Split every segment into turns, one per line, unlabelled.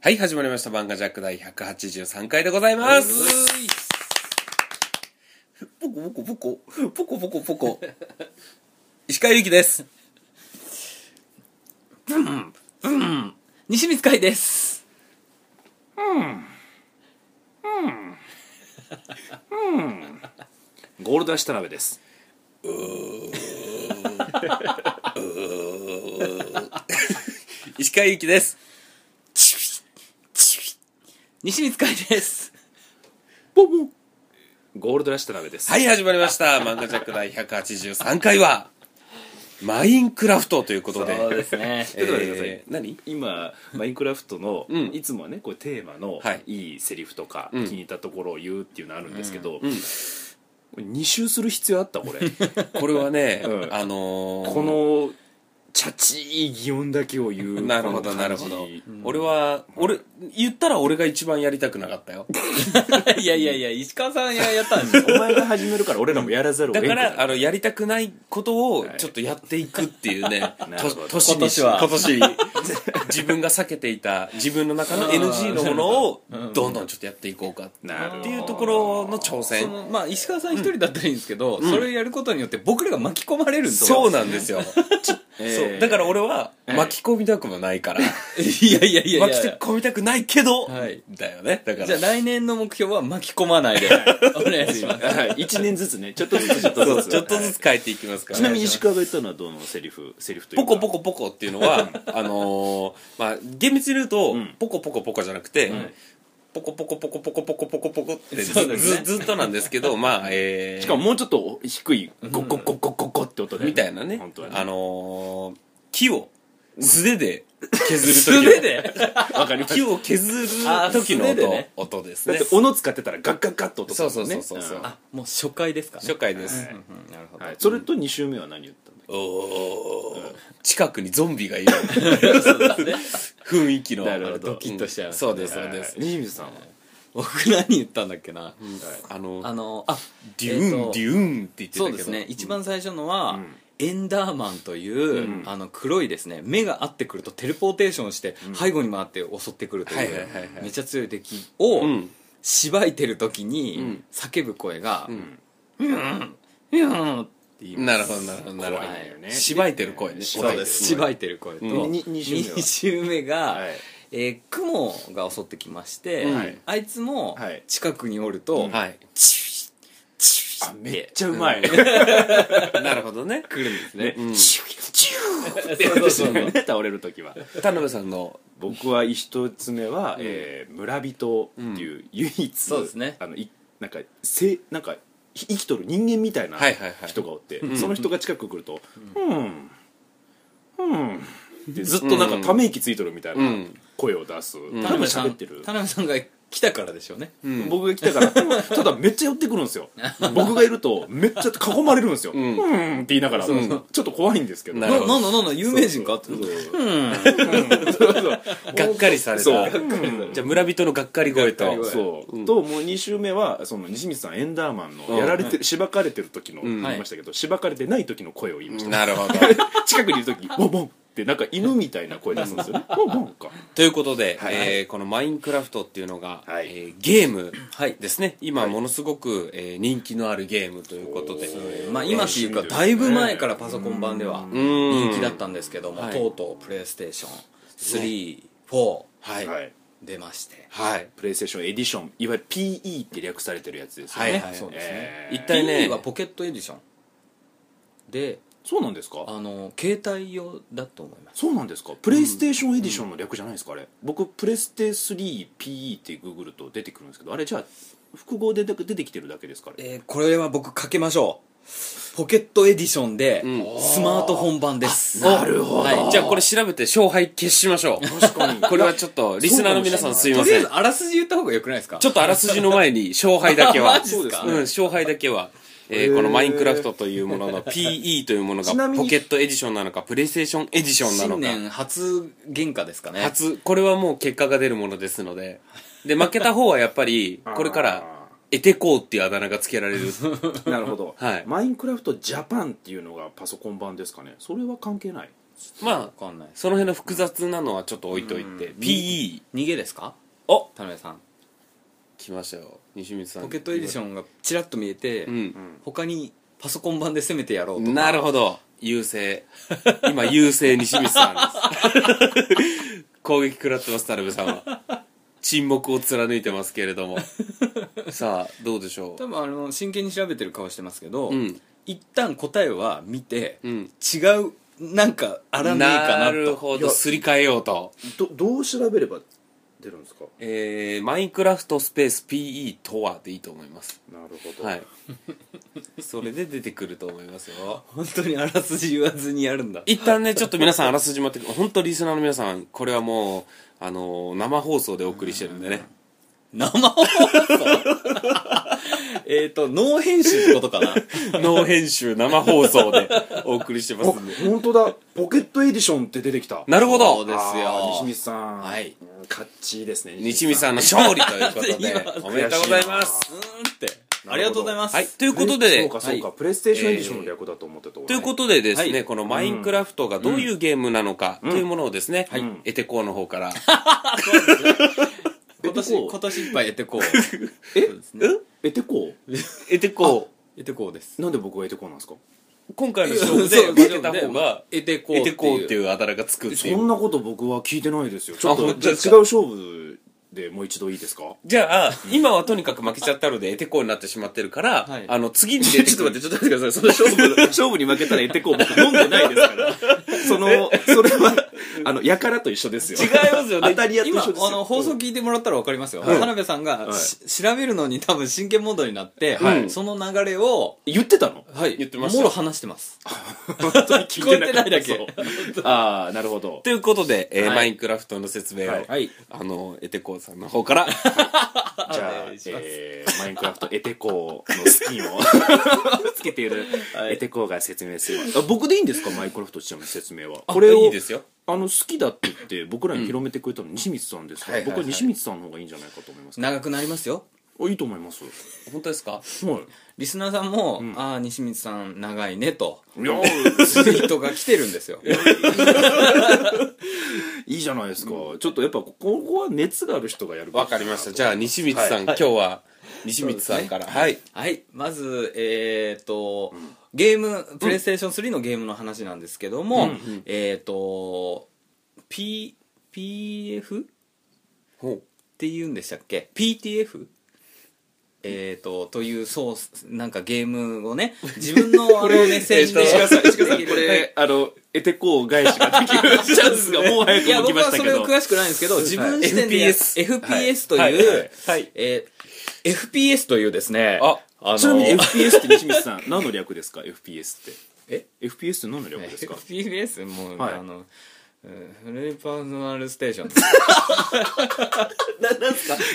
はい、始まりました。漫画ジャック第183回でございます。ポコポコポコ、ポコポコポコ。石川祐希です。
西光海です
ゴールドアシタナベです。
石川祐希です。
西光海です
ゴールドアシタナベです。
はい、始まりました。漫画ジャック第183回は、マインクラフトということで。
すね
ちょっと待ってください
えー何
今マインクラフトの、
うん
いつもはねこうテーマの
はい
いいセリフとか、
うん
気に入ったところを言うっていうのあるんですけど、
ん
これ2周する必要あっ たこれ
これはね、
うん
あのー
このチャチい擬音だけを言う
なるほ
こ
ど
の
なる
感
ほ
じ
ど、俺は俺言ったら俺が一番やりたくなかったよ
いやいやいや石川さんがやったんでしょ
お前が始めるから俺らもやらざるを
だ
得
か
ない
らあのやりたくないことを
はい
ちょっとやっていくっていうね、
な
と
るほど
年に
今年は
今年 自分が避けていた自分の中の NG のものをどんどんちょっとやっていこうか
なるほど
っていうところの挑
そ
戦
のまあ石川さん一人だったらいいんですけど、それをやることによって僕らが巻き込まれるんです
そう
よ
なんです よ、
えー
そうだから俺は巻き込みたくもないから
いやいやいやい
巻き
や
込みたくないけど、
はい
だよねだから
じゃあ来年の目標は巻き込ま ないでお願いします
はい 一年ずつねちょっとずつちょっと
そ
ず
う
つ
ちょっとずつ変えていきますから
ちなみに石川が言ったのはどのセリフセリフという
ポコ
か
ポコポコっていうのは、あのーまあ、厳密に言うと、
ん
ポコポコポコじゃなくて、
ん
ポコポコポコポコポコポコポコってず,、
そうですね
ずずっとなんですけど、まあ、えー、
しかももうちょっと低いゴッゴッゴッゴッゴッゴッって音で
みたいなね
本当はね
あのー木を素手で削る
素
時の
手で
わかります
木を削る
あー
時の
素手で
音,、
ね
音です
だっ
ね
て斧使ってたらガッガッガッと音
そう
す
そ
る
う
もんね
そうそうそう、
ん
あもう初回ですかね
初回です、
はい
うんなるほど、
はい、それと2周目は何言ったんだっ
おおー近くにゾンビがいる 雰囲気の
なるほど
ド
ド
キッとしちゃいますね
そうで
け
すそうです、
はい西水さんは
僕何言ったんだっけな、
あの
あのあ
デューン、
えーと
デューンって言ってたけど
そうですね一番最初のは、
うん
エンダーマンという、
うん
あの黒いですね目が合ってくるとテレポーテーションして背後に回って襲ってくると
はい
い
はいは
う
いはい
めちゃ強い敵を
うん
しばいてる時に
ん
叫ぶ声が
ん
「うんうん」って言います
なるほどなるほどなるほど
怖い
よね
しばいてる声ね
そ
そ
う
うで
ですす
しばいてる声と
うん
に二周目は
2周目が
はい
えー雲が襲ってきまして
はい
あいつも
はい
近くにおると
はい
チュッチュッ
あ
て
めっちゃうまい、
なるほどね
来るんですね
うん
チュッチュッ
そうそう ね 倒れる時は
田辺さんの
僕は一つ目は、えー村人っていう唯一、
そうですね
あのいなんかせなんかひ生きとる人間みたいな
はいはいはい
人がおって、その人が近く来ると「うんうん」ってずっとなんかため息ついとるみたいな
うん
声を出す、
ん
ただ喋ってる
田辺さんが来たからでしょうね
うん
僕が来た からただめっちゃ寄ってくるんですよ僕がいるとめっちゃ囲まれるんですよ「うん」って言いながら、
うん
ちょっと怖いんですけど
な
な
る
な
ほど
んだなんだ有名人かって
そうそう
がっかりされた
そう
じゃあ村人のがっかり声
がっかり
と
声
そう、
ん
ともう2周目はその西光さんエンダーマンのやられてるしばかれてる時の
ん
言いましたけど、しばかれてない時の声を言いました、
なるほど
近くにいる時 ボンボンってなんか犬みたいな声出すんですよ ねボンボンか
ということで
はい
えーこのマインクラフトっていうのが
はい
えーゲームですね今ものすごくえー人気のあるゲームということで
まあ、今っていうかだいぶ前からパソコン版では
ん
人気だったんですけども、
はい
とうとうプレイステーション34
はい
はい
出まして
はい
プレイステーションエディションいわゆる PE って略されてるやつですよ
は
ね、
い
ね
はい
そうですね
えー
一体ね
PE はポケットエディションで
そうなんですか
あの携帯用だと思います
そうなんですかプレイステーションエディションの略じゃないですか、あれ僕プレステ 3PE ってグーグると出てくるんですけどあれじゃあ複合で出てきてるだけですから
えーこれは僕かけましょうポケットエディションで
ん
スマートフォン版です
なるほど
はい
じゃあこれ調べて勝敗決しましょう
確 かに
これはちょっとリスナーの皆さんすい
と
ま
りあ
せ
え
ん
ずあらすじ言った方がよくないですか
ちょっとあらすじの前に勝敗だけは
マ ジっすか
うん、勝敗だけは、えー
へー
このマインクラフトというもの の PE というものが
ちなみに
ポケットエディションなのかプレイステーションエディションなの
新
か
年初原価ですかね
初これはもう結果が出るものですのでで負けた方はやっぱ りこれからエテコーっていうあだ名が付けられる
なるほど、
はい
マインクラフトジャパンっていうのがパソコン版ですかねそれは関係ない
まあ
わかんない
その辺の複雑なのはちょっと置いといて、
うん
PE
逃げですか
お
田辺さん
来ましたよ西光さん
ポケットエディションがちらっと見えて、
うん
他にパソコン版で攻めてやろうとか
なるほど優勢今優勢西光さんです 攻撃食らってます田辺さんは沈黙を貫いてますけれどもさあどうでしょ
多分あの真剣に調べてる顔してますけど、
うん
一旦答えは見て、
ううん
違うなんかあらねえかな
な
と
るほ
い
ど
や
すり替えようと
どどう調べれば出るんですか
えー、マインクラフトスペース PE とはでいいと思います
なるほど、
はいそれで出てくると思いますよ
本当にあらすじ言わずにやるんだ
一旦ねちょっと皆さんあらすじ待って本当リスナーの皆さんこれはもうあのー生放送でお送りしてるんでね
生放送 えっと脳編集ってことか な
脳編集生放送でお送りしてます
あ
んで
本当だポケットエディションって出てきた
なるほ
そう
ど
ですよ
あー西光さん
はい
うんかっちいですね
西見さんの勝利ということでおめでとうございます
うーんってありがとうございます、
はいということで
そうかそうか、プレイステーションエディションの略だと思ってた
ということとでですね、
はい
このマインクラフトがどういうゲームなのかというものをですね、
ん
エテコーの方から、
今年
えっと
今年いっぱい得 てこう
え
そうですね
えエテコ
エテコ
得てこうです
なんで僕がエテコなんですか
ー、 今回の勝負
そう
で負けた方が、
得てこう
エテコーって
う
いうあだ名がつくってい
そ。
うん
なこと僕は聞いてないですよちょっ
あ
と
本当
じゃあ
です
違
か
う勝負でもう一度いいですか
じゃあ、今はとにかく負けちゃったので、エテコーになってしまってるから、
はい
あの、次に出てくる。
ちょっと待ってくださいその勝負勝負に負けたらエテコ僕飲んでないですから そのそれはあのやからと一緒ですよ
違います よね。
り屋
今あの放送聞いてもらったら分かりますよ、
はい
田辺さんが、
はい
し調べるのに多分真剣モードになって、
はい
その流れを、
言ってたの
はい、
言ってました
もろ話してます
聞
聞こえてないだけ
ああなるほど
ということで、えー
はい
マインクラフトの説明を、
はい
はい
あの、エテコーさんの方から、
じゃあ
お、願いします
えーマインクラフトエテコのスキンをつけているエテコが説明する、あ僕でいいんですかマインクラフトちなみに説明はこれを
いいですよ。
あの好きだって言って僕らに広めてくれたの西光さんですから、
はいはいはい
僕は西光さんの方がいいんじゃないかと思いますけ
長くなりますよ
どあいいと思いますは
本当ですか
リスナーさんも「ああ西光さん長いね」と
いいや
ツイートが来てるんですよ
いいじゃないですか、ちょっとやっぱここは熱がある人がやるべき
わかりました。じゃあ、西光さん、今日は、西光さんから。はい。
はいまずえっ、と、ゲームプレイステーション3のゲームの話なんですけども、えっ、と P PF
ほ
って言うんでしたっけ PTF? えー、とというそうなんかゲームをね自分 のあのね
え
選
ー
手
と
で
石川
さん石川さん
できる
これあのエテコ返しができる チャンスがもう
いや
早く来
僕
まし
は
た
そ
け
れ
ど
を詳しくないんですけど自分視点で
FPS
FPS と
はいは
う
いはい
えー FPS というですね
あ
あ
ちなみに
の
FPS って西光 さん何の略ですか FPS って
え
FPS って何の略です か
FPS もう
はい
あのうんフレーパーソナルステー ション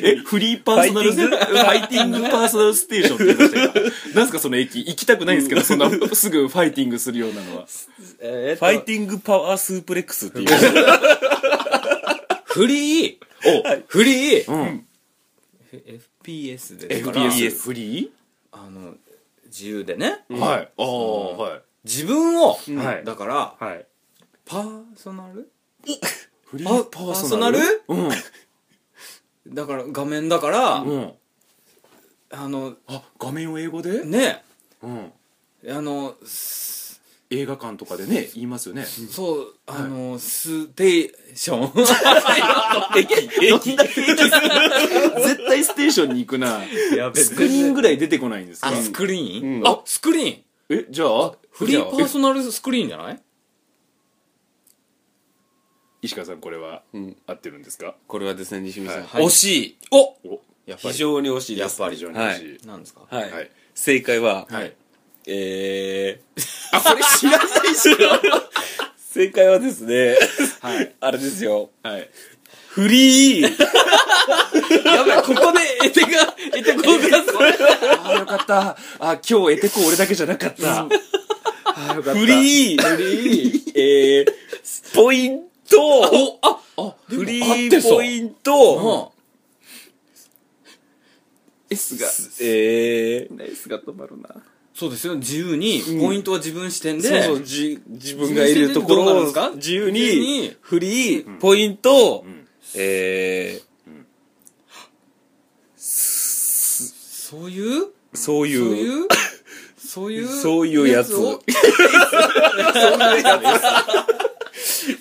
えフリーパーソナルスファイティングパーソナルステーションって言いましたけど何すかその駅行きたくないんですけどそんなすぐファイティングするようなのは
えー
ファイ
と
ティングパワースープレックスっていう。
フリー
お、
フリー
うん、
F- FPS ですから
FPS
FPS フリ
あの自由でね
ー、はいああはい
自分を
はい
だから
はい
パーソナル
フリ
あ
ー
パ
パ
ー
ー
ソ
ソ
ナ
ナ
ル
ル
だから画面だから
うんうん
あの
あ画面を英語で、
ね
うん、
あのす
映画館とかでね言いますよね
そう、あの、ステーショ ン。
駅駅 絶対ステーションに行くな
やべ
スクリーンぐらい出てこないんですか
あ、スクリーン、
うん
あ、スクリーン
えじゃあ
フリーパーソナルスクリーンじゃない
石川さんこれは
うん
合ってるんですか
これはですね、西見さん。
はい
惜しい
お
お
やっ
非
ぱり。
常に惜しいです。
非常に嬉しい、
なんですか
はい。はい
はい
正解は、
はい。
えー、
あこれ知らないし
正解はですね、
はい
あれですよ、
はい
フリー
やばい、ここでエテが、エテコが
あよかったあ今日エテコ俺だけじゃなかったあよかった
フリー
フリー。
えー、ポイント
お、あ、
あ
フリ
合って
ー
そう
ポイント
も
S が
えー、
S が止まるな
そうですよ自由にポイントは自分視点で、
そうそうじ自分がいるとこ
自
ろ
分でどうなる
を
んですか
自由
自由に
にフリーポイントを、
ん
え
そうい
ー、
う
そう
そう
いう
いうそういう
そういうやつ
を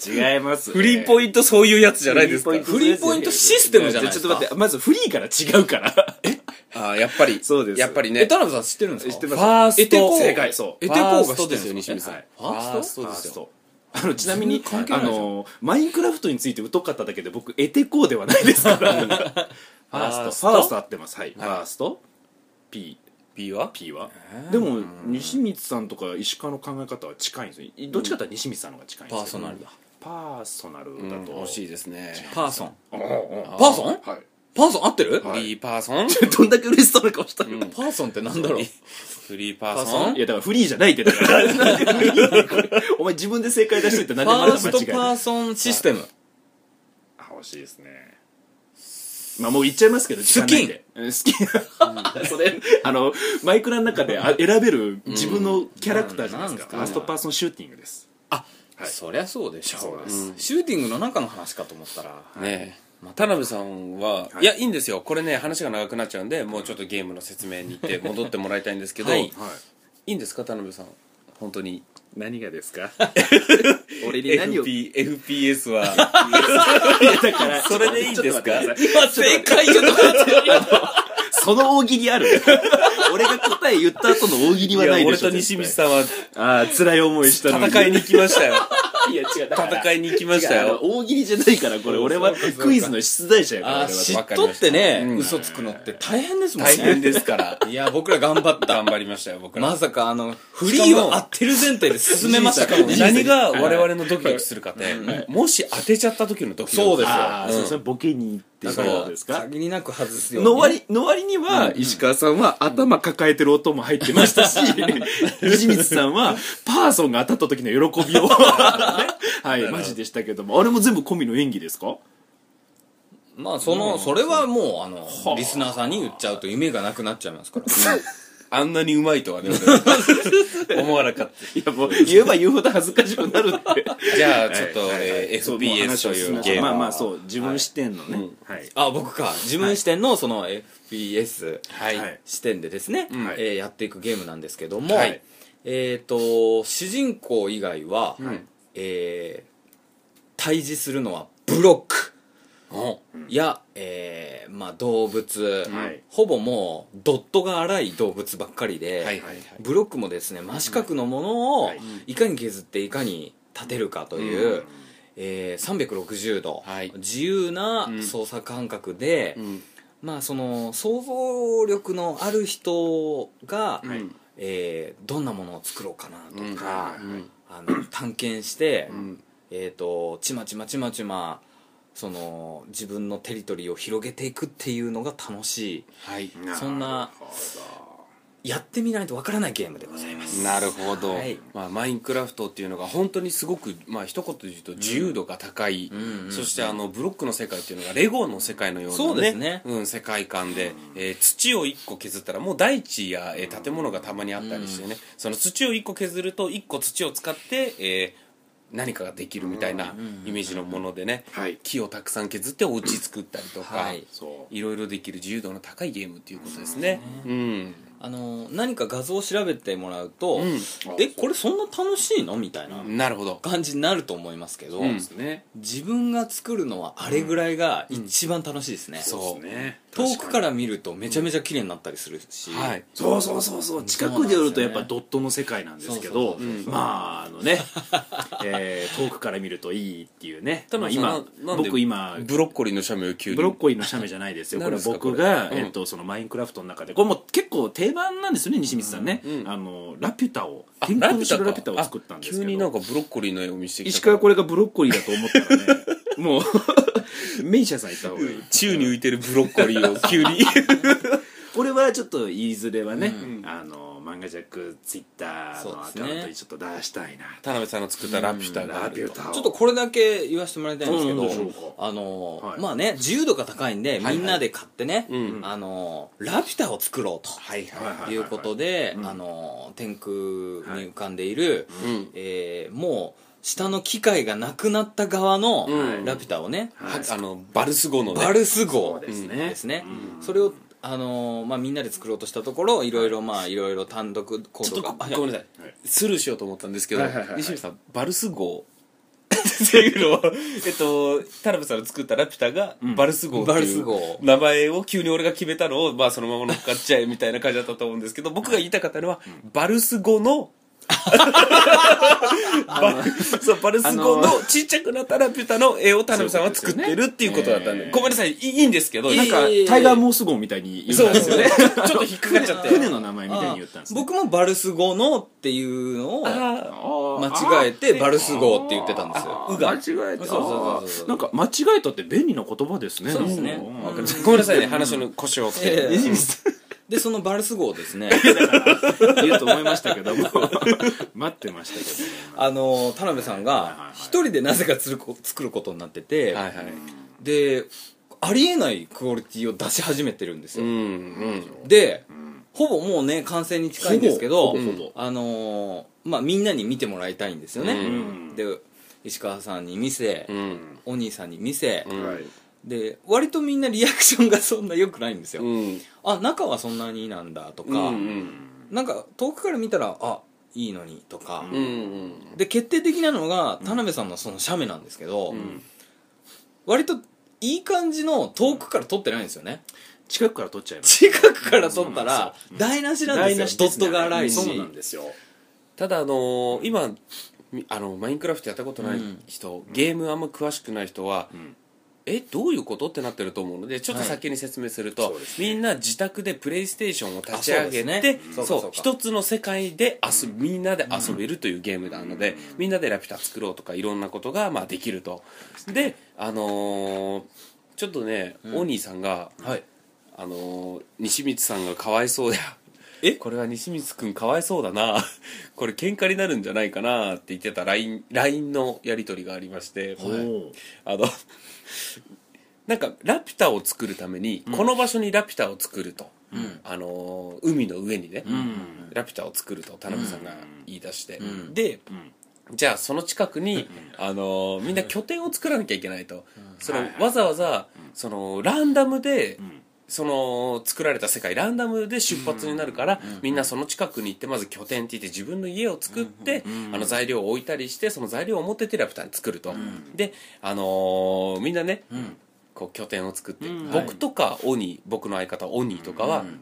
違います
フリーポイ
イント
ントそういうやつじゃないですか
フリーポイントシステムじゃない
ち
で
ょ
す
っ
か
と待ってまずフリーから違うからえ
ああやっぱり
そうです
やっぱり
え
ね
田辺さん知ってるんですか
知って
フ
ます
ァースト
エテコ
正解そう
エテコー
ファ
が
ースト
知って
で
るん
すよ
です
西
ね
見さん
はい
ファースト
ファ
で
ー
す
ス
よ
トあのちなみに
そんな関係
あ
ないじゃん
のマインクラフトについて疎かっただけで僕エテコーではないですからファーストファースト合ってますはいファースト P
B は
P はでも西光さんとか石川の考え方は近いんですよいどっちかというと西光さんの方が近いんです
パ
よ
ーソナルだ
パーソナル
う
だ
ん
と
惜しいですね
パーソン
うんうん
パーソン
はい
パーソン合ってる、
はい
B パーソン
どんだけ嬉しそうな顔したの、い
パーソンってなんだろう
フリーパー
パー
ソ
ソ
ン
ン
やだからフリーじゃないってだからなんでフリーってこれお前自分で正解出しといてなん
フ
でま
ァー
だ
ス
間
ト
違え
パ
る
ーソンシステム
あ惜しいですねまあもう言っちゃいますけど時間ないんでうんスキンそれあのマイクラの中 であ選べる自分のキャラクターじゃないですか,、
うんな
ファ
んす
ースト
か
パーソンシューティングです
あ、
はい
そりゃそうでしょ
そうです
シューティングの中の話かと思ったら
ねえ田辺さんは、い、やいいんですよこれね話が長くなっちゃうんでもうちょっとゲームの説明に行って戻ってもらいたいんですけど、、
はいい
いんですか田辺さん本当に
何がです か
俺
FP FPS は
だから
それでいいんですか
今正解じゃなかった
その大喜利ある 俺が答え言った後の大喜利はな
や
いで
俺
しょ
と西光
ん
さんは
ああ辛い思いしたのに
戦いに行きましたよ
いや違うだから
戦いに行きました
違うあの
よ
大喜利じゃないからこれ俺はクイズの出題者やから
あ
俺は
嫉妬ってね、
うん
嘘つくのって大変ですもんね
大変ですから
いや僕ら頑張った
頑張りましたよ僕ら、
まさかあのフリーは合ってる前提で進めました からね
何が我々のドキドキするかって、もし当てちゃった時のドキドキ
そうですよ
ああそうそれボケにっていうことですか
限りなく外すように
の割の割には石川さんは頭抱えてる音も入ってました し西光さんはパーソンが当たった時の喜びを ねはいマジでしたけどもあれも全部込みの演技ですか
まあその、それはもうあのリスナーさんに言っちゃうと夢がなくなっちゃいますから
あんなにうまいとは ね思わなかった
いやもう言えば言うほど恥ずかしくな るって
じゃあちょっと、
はいはい
えー
そう
FPS というゲーム
まあまあそう自分視点のねはい
あ僕か自分視点のその FPS
はい、
はい
視点でですね、
ん
えーやっていくゲームなんですけども、
はい
えっ、と主人公以外は、えー対峙するのはブロック
お
や、えーまあ、動物、
はい
ほぼもうドットが荒い動物ばっかりで、
はいはいはい
ブロックもですね真四角のものを
はい
いかに削っていかに立てるかという、
うん
えー360度、
はい
自由な操作感覚で、
うん
まあその想像力のある人
は
が、
い
えーどんなものを作ろうかなとか、
うん
うん
あの探検して、
ん
えー、とちまちまちまちまその自分のテリトリーを広げていくっていうのが楽し
はい
そんな
るほど
いやってみないとわからないゲームでございます
なるほど、
はい
まあ、マインクラフトっていうのが本当にすごく、まあ一言で言うと自由度が高い、
んうん
そしてあのブロックの世界っていうのがレゴの世界のような、ね
そうですね
うん、世界観で、えー土を1個削ったらもう大地や、えー建物がたまにあったりしてね、その土を1個削ると1個土を使って、えー何かができるみたいなイメージのものでね、
はい
木をたくさん削ってお家作ったりとか、
はいい、
そう
ろいろできる自由度の高いゲームっていうことですね。うん
あの何か画像を調べてもらうと、
ん
えこれそんな楽しいのみたいな
なるほど
感じになると思いますけど、
うん
ですね
自分が作るのはあれぐらいが一番楽しいですね、
そう
そうですね
遠くから見るとめちゃめちゃ綺麗になったりするし、
はい
そうそうそうそう近くで寄るとやっぱドットの世界なんですけど
そうそうそうそう
まああのね、 えー遠くから見るといいっていうね
多分
まあ今
ななんで
僕今
ブロッコリーの写メを急に
ブロッコリーの写メじゃないで すよこ
何
れ
ですか
僕が、
これうん
えっとそのマインクラフトの中でこれもう結構定番なんですよね西光さんね、
うん
あのラピュタを
あ
天空の城
ラ
ラ
ピ
ピ
ュ
ュ
タか
タを作ったんですけど
あ急になんかブロッコリーの絵を見せてきた
石川これがブロッコリーだと思ったらねもう 名車さん行った方がいい
宙に浮いてるブロッコリーを急に
これはちょっといずれはね、あのマ漫画ジャックツイッターのアカ
そう
ウン
です
ト
ね
にちょっと出したいな
田辺さんの作ったラピュタがあ
ラピ
る
ュ
と
タを
ちょっとこれだけ言わせてもらいたいんですけど、
うんうんうん
あのー
はい
まあね自由度が高いんで、
はい
みんなで買ってね、
うん
あのーラピュタを作ろうと、い
はいはい
いうことで、
うん
あのー天空に浮かんでいる、
うん
えーもう下の機械がなくなった側の
うん
ラピュタをね、
はい
あのバルス号のね
バルス
そ
号
うですね
ですね、
うん
それをあのーまあ、みんなで作ろうとしたところいろいろまあいろいろ単独行
ちょっ
動
と
が
ごごめんなさい、
はい
スルーしようと思ったんですけど、
はいはいはいはい
西見さんバルス号っていうのをえっと田辺さんの作ったラピュタが、バルス号って
バル
い
ス
う
号
名前を急に俺が決めたのを、まあ、そのまま乗っかっちゃえみたいな感じだったと思うんですけど僕が言いたかったのは、バルス号のバそうバルス号
あ
のちっちゃくなったラピュタの絵を田辺さんは作ってるっていうことだったんで
そういうことで
ごめんな
すよね
さいいいいんですけど
いい
なんか
いえいえいえ
タイガーモース号みたいに言
そううんで
ですす
よね
よね
ちょっと引っかかっちゃって
船の名前みたいに言ったんですね
僕もバルス号のっていうのを間
あー
違えてバルス号って言ってたんですよ
うが間違えた
そうそうそうそう
なんか間違えたって便利な言葉ですね
そうですね
なんか
わかりまし
ごめんなさいね話の腰を折って、
ええでそのバルス号ですね
言うと思いましたけど も待ってましたけどね
あの田辺さ
はいはい
ん
は
が
い
一人でなぜかつるこ作ることになってて、
はいはい
でありえないクオリティを出し始めてるんで
う
すよ、
んうん
でほぼもうね完成に近いんですけ
ほ
ど
ぼほぼほぼ
あのーまあみんなに見てもらいたいんですよね、
うん
で石川さんに見せ、
うん
お兄さんに見せ、
うん
はい
で割とみんなリアクションがそんな良くないんですよ、
うん
あ中はそんなになんだと
うんう
か、
ん
なんか遠くから見たらあいいのにとか、
うんうん
で決定的なのが田辺さんのその写メなんですけど、割といい感じの遠くから撮ってないんですよね
近くから撮っちゃいます
近くから撮ったら台無しなんですよ、ドットが荒いし
そうなんですよ
ただあのー今みあのマインクラフトやったことない人、ゲームあんま詳しくない人は、
ん
えどういうことってなってると思うのでちょっと先に説明すると、
はいそうです
みんな自宅でプレイステーションを立ち上げて、
あそうですね
そう
そうかそうか
一つの世界で遊びみんなで遊べるというゲームなので、みんなで「ラピュタ」作ろうとかいろんなことがまあできるとであのーちょっとね、オニーさんが
はい
あのー西光さんがかわいそうだ
え
これは西光くんかわいそうだなこれ喧嘩になるんじゃないかなって言ってた LINE, LINE のやり取りがありまして、
おー
あの なんかラピュタを作るために、この場所にラピュタを作ると、
ん
あのー海の上にね、
ん
ラピュタを作ると田辺さんが言い出して、
うん
で
うん
じゃあその近くに、あのーみんな拠点を作らなきゃいけないと、その
はいはい
わざわざ、そのランダムで、
ん
その作られた世界ランダムで出発になるから、みんなその近くに行ってまず拠点って言って自分の家を作って、あの材料を置いたりしてその材料を持ってテラプタに作ると、で、あのーみんなね、こう拠点を作って、
うん
僕とかオニー僕の相方オニーとかは、
うん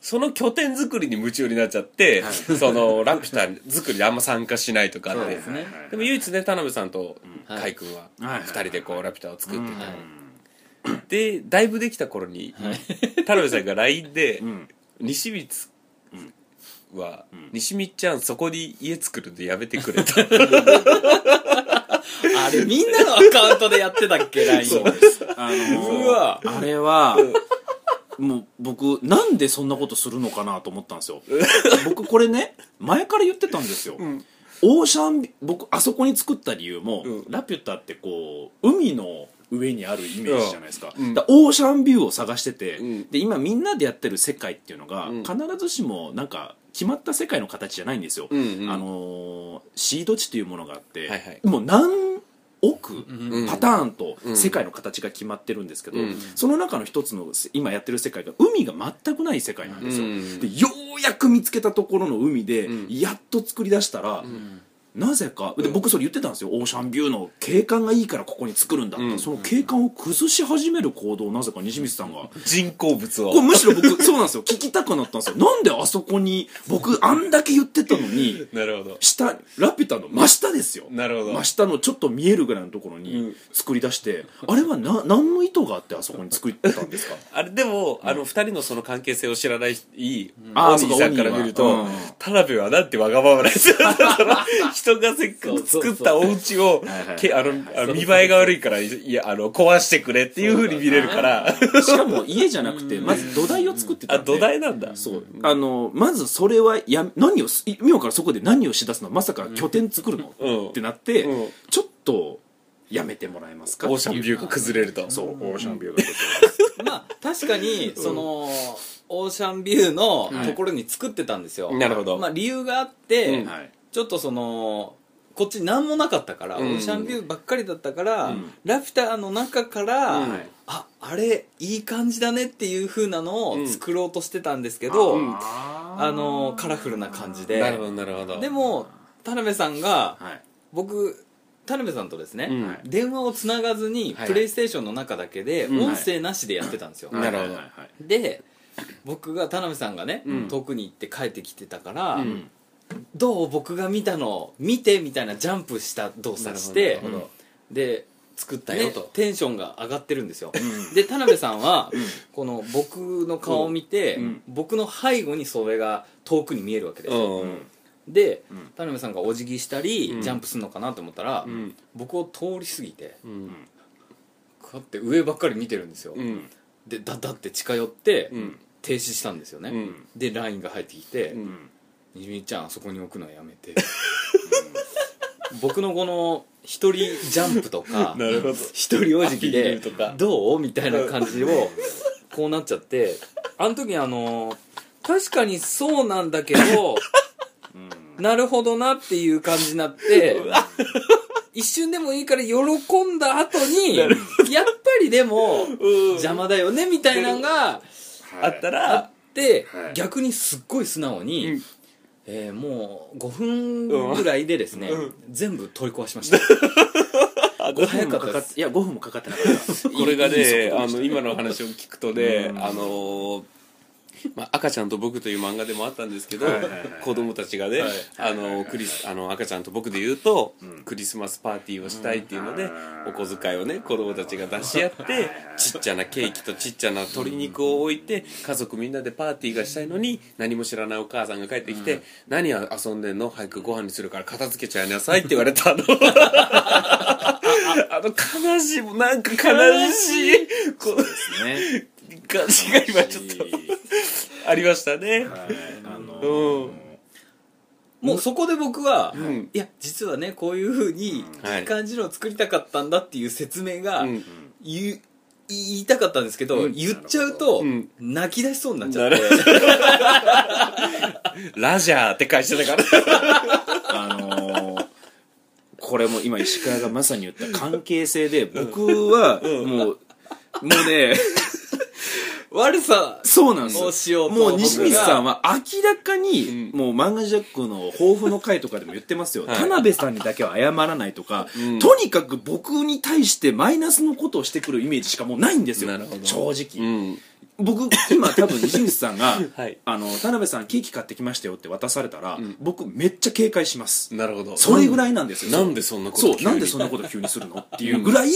その拠点作りに夢中になっちゃって、そのラピュタ作りにあんま参加しないとかって
そうですね
でも唯一ね田辺さんと
はい
海君は
はい
2人でこうラピュタを作って
はい
てでだいぶできた頃に
はい
田辺さんが LINE で
うん
「西光は西光ちゃんそこに家作るのやめてくれ」と
あれみんなのアカウントでやってたっけ LINE
そうですあのー
うわ
あれはもう僕なんでそんなことするのかなと思った んですよ僕これね前から言ってたんですよ、
ん
オーシャンビ僕あそこに作った理由も、
うん
ラピュタってこう海の上にあるイメージじゃないですか,、
うん
だからオーシャンビューを探してて、
うん
で今みんなでやってる世界っていうのが、
うん
必ずしもなんか決まった世界の形じゃないんですよ、
うんうん
あのーシード地というものがあって、
はいはい
もう何億、
ん
パターンと
うん
世界の形が決まってるんですけど、
うん
その中の一つの今やってる世界が海が全くない世界なんですよ、
うん
でようやく見つけたところの海で
うん
やっと作り出したら、なぜかで僕それ言ってたんですよオーシャンビューの景観がいいからここに作るんだって、
うん
その景観を崩し始める行動をなぜか西光さんが
人工物
これ
を
むしろ僕そうなんですよ聞きたくなったんですよなんであそこに僕あんだけ言ってたのに
なるほど
下ラピュタの真下ですよ
なるほど
真下のちょっと見えるぐらいのところ
う
に
ん
作り出して、あれはな何の意図があってあそこに作ったん ですか
あれでもあの2人のその関係性を知らないいいオニ
あー
ーさんから見ると
そうかオニーはうん
田辺はなんてわがままなんですよその一人がせっかく作ったお家を
いはい
けあのあの見栄えが悪いからいやあの壊してくれっていうふうに見れるから
しかも家じゃなくてまず土台を作って た
あ
んで
土台なんだ
そうあのまずそれはや何をす今からそこで何をしだすのまさか拠点作るの、
うん
ってなって、
うん
ちょっとやめてもらえますか
オーシャンビューが崩れると
そうオーシャンビューが
まあ確かにその、オーシャンビューのところに作ってたんですよ、
なるほど
まあ、理由があって、
うん
はい
ちょっとそのこっち何もなかったから、
うん
オーシャンビューばっかりだったから、
うん
ラピュタの中から、
うん
ああれいい感じだねっていう風なの
うん
を作ろうとしてたんですけど、
うん
あのカラフルな感じで
なるほどなるほど
でも田辺さんが
はい
僕田辺さんとですね、
うん
電話をつながずに、
はい
プレイステーションの中だけで、
うん
音声なしでやってたんですよ、
うんなるほど
はいはいはい
で僕が田辺さんがね、
うん
遠くに行って帰ってきてたから、
うん
どう僕が見たの見てみたいなジャンプした動作し
なる
て
ほどなるほ
で作った
よ
よ
と
と、テンションが上がってるんですよ、で田辺さんは、この僕の顔を見て、
うん
僕の背後にそれが遠くに見えるわけですよ、
うん
で、
うん
田辺さんがお辞儀したり、
うん
ジャンプするのかなと思ったら、
うん
僕を通り過ぎて
うん
こうやって上ばっかり見てるんですよ、
うん
でダダって近寄って、
うん
停止したんですよね、
うん
で LINE が入ってきて「
うん
にじみちゃんあそこに置くのやめて」僕のこの一人ジャンプ とか
なるほど
一人お辞儀
アピ
で
ールとか
「どう?」みたいな感じをこうなっちゃってあの時あの確かにそうなんだけどなるほどなっていう感じになって一瞬でもいいから喜んだ後にやっぱりでも邪魔だよねみたいなのが
あった
あ
ら
って、
はい
逆にすっごい素直に、
うん
えーもう5分ぐらいでですね、
うん
全部取り壊しました
5分
早か
も
った
か
で
か
す
っていや5分もかかってなかった
これが
いいい
ね
い速
あ
度でした
の今の話を聞くとね
うん
あのーまあ、赤ちゃんと僕という漫画でもあったんですけど
はいはいはい
子供たちがね
はい
あのクリスあの赤ちゃんと僕で言うと、
ん
クリスマスパーティーをしたいっていうので、
うん
お小遣いをね子供たちが出し合って
はい
ちっちゃなケーキとちっちゃな鶏肉を置いて家族みんなでパーティーがしたいのに何も知らないお母さんが帰ってきて「何遊んでんの早くご飯にするから片付けちゃいなさい」って言われ たの。あの悲しいもうなんか悲しいこう
ね
感じが今ちょっとありましたね
はいあの
うん
もうそこで僕は、
ん
いや実はねこういうふうに
はい
いい感じのを作りたかったんだっていう説明が、
うん
言う言いたかったんですけど、
うん
言っちゃうと、
うん
泣き出しそうになっちゃって
なラジャーって会社だから
あのーこれも今石川がまさに言った関係性で僕はもう、もうね
悪さ
そうなんですよ
どうしようと
もう西光さんは明らかに、
う
もう漫画ジャックの抱負の回とかでも言ってますよ、
はい
田辺さんにだけは謝らないとか、
うん
とにかく僕に対してマイナスのことをしてくるイメージしかもうないんですよ
なるほど
正
う
直、
ん、
僕今多分西光さんが
はい
あの「田辺さんケーキ買ってきましたよ」って渡されたら、
ん
僕めっちゃ警戒します
なるほど
それぐらいなんですよ
なんでそんなこと
そう
急に
なんでそんなこと急にするのっていうぐらい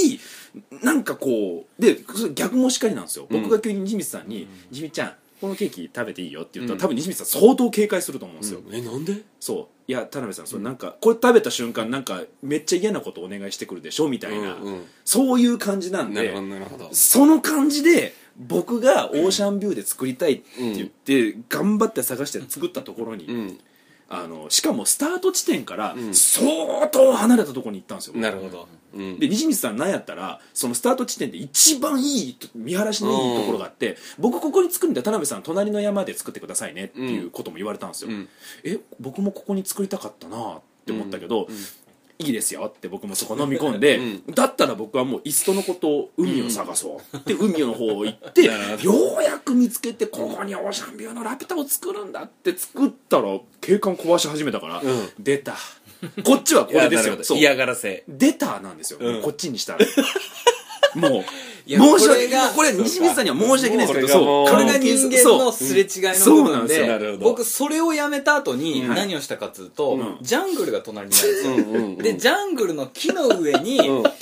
なんかこうでそれ逆もしかりなんですよ、
うん
僕が急に西光さんに「西光ちゃんこのケーキ食べていいよ」って言ったら、
うん
多分西光さん相当警戒すると思うんですよ、
うんえなんで
そういや田辺さんそれなんか、これ食べた瞬間なんかめっちゃ嫌なことお願いしてくるでしょみたいな、
うんうん
そういう感じなん
なるほど
で
なるほど
その感じで僕がオーシャンビューで作りたいって言って、頑張って探して作ったところに、
うん
あのしかもスタート地点から
うん
相当離れたところに行ったんですよ、
なるほどうん
で西光さんなんやったらそのスタート地点で一番いいと見晴らしのいいところがあって、僕ここに作るんだ田辺さん隣の山で作ってくださいねっていうことも言われたんですよ、
うん
え僕もここに作りたかったなって思ったけど、いいですよって僕もそこ飲み込んで、
う
だったら僕はもういっそのことを海を探そうって海の方行って よ
なる
うやく見つけてここにオーシャンビューのラピュタを作るんだって作ったら景観壊し始めたから、
ん
出たこっちはこれで
いやなる
す
ほ
よ
ど
そう
嫌がらせ
出たなんですよ、
うん
こっちにしたら もう
いや
申し
こ
訳
れが
もうこれ西水さんには申し訳ないですけど
もう
そう
これが人間の
そう
すれ違いの部分
そう
な
で
んですよ
僕それをやめた後に
ん
何をしたかっつうと、
ん
ジャングルが隣にあるんですよ、
うんうんうん
でジャングルの木の上に、
うん
あ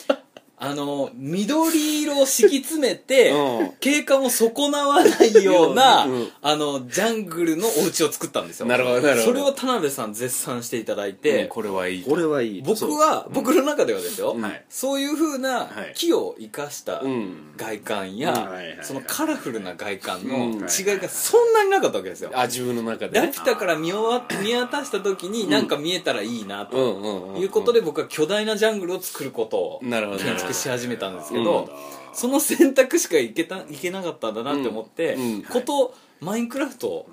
あの緑色を敷き詰めて、
うん
景観を損なわないような、
うん
あのジャングルのお家を作ったんですよ
なるほどなるほど
それを田辺さん絶賛していただい
で
て、
これはいい
これはいい
僕は僕の中ではですよ、
うん
はい
そういうふうな
はい
木を生かした
うん
外観
うん
や
はいはいはい
そのカラフルな外観
う
の
ん
違いがそんなになかったわけですよ
あ自分の中で
ラ
ね
ピュタから見終わ見渡した時になんか見えたらいいな
う
と
んうんうん
いうことで僕は巨大なジャングルを作ることを
なるほどな
建
るほ
築
ど
し始めたんですけ
なるほ
どその選択しかいけたいけなかったんだなって思って、
うんうん
ことマインクラフト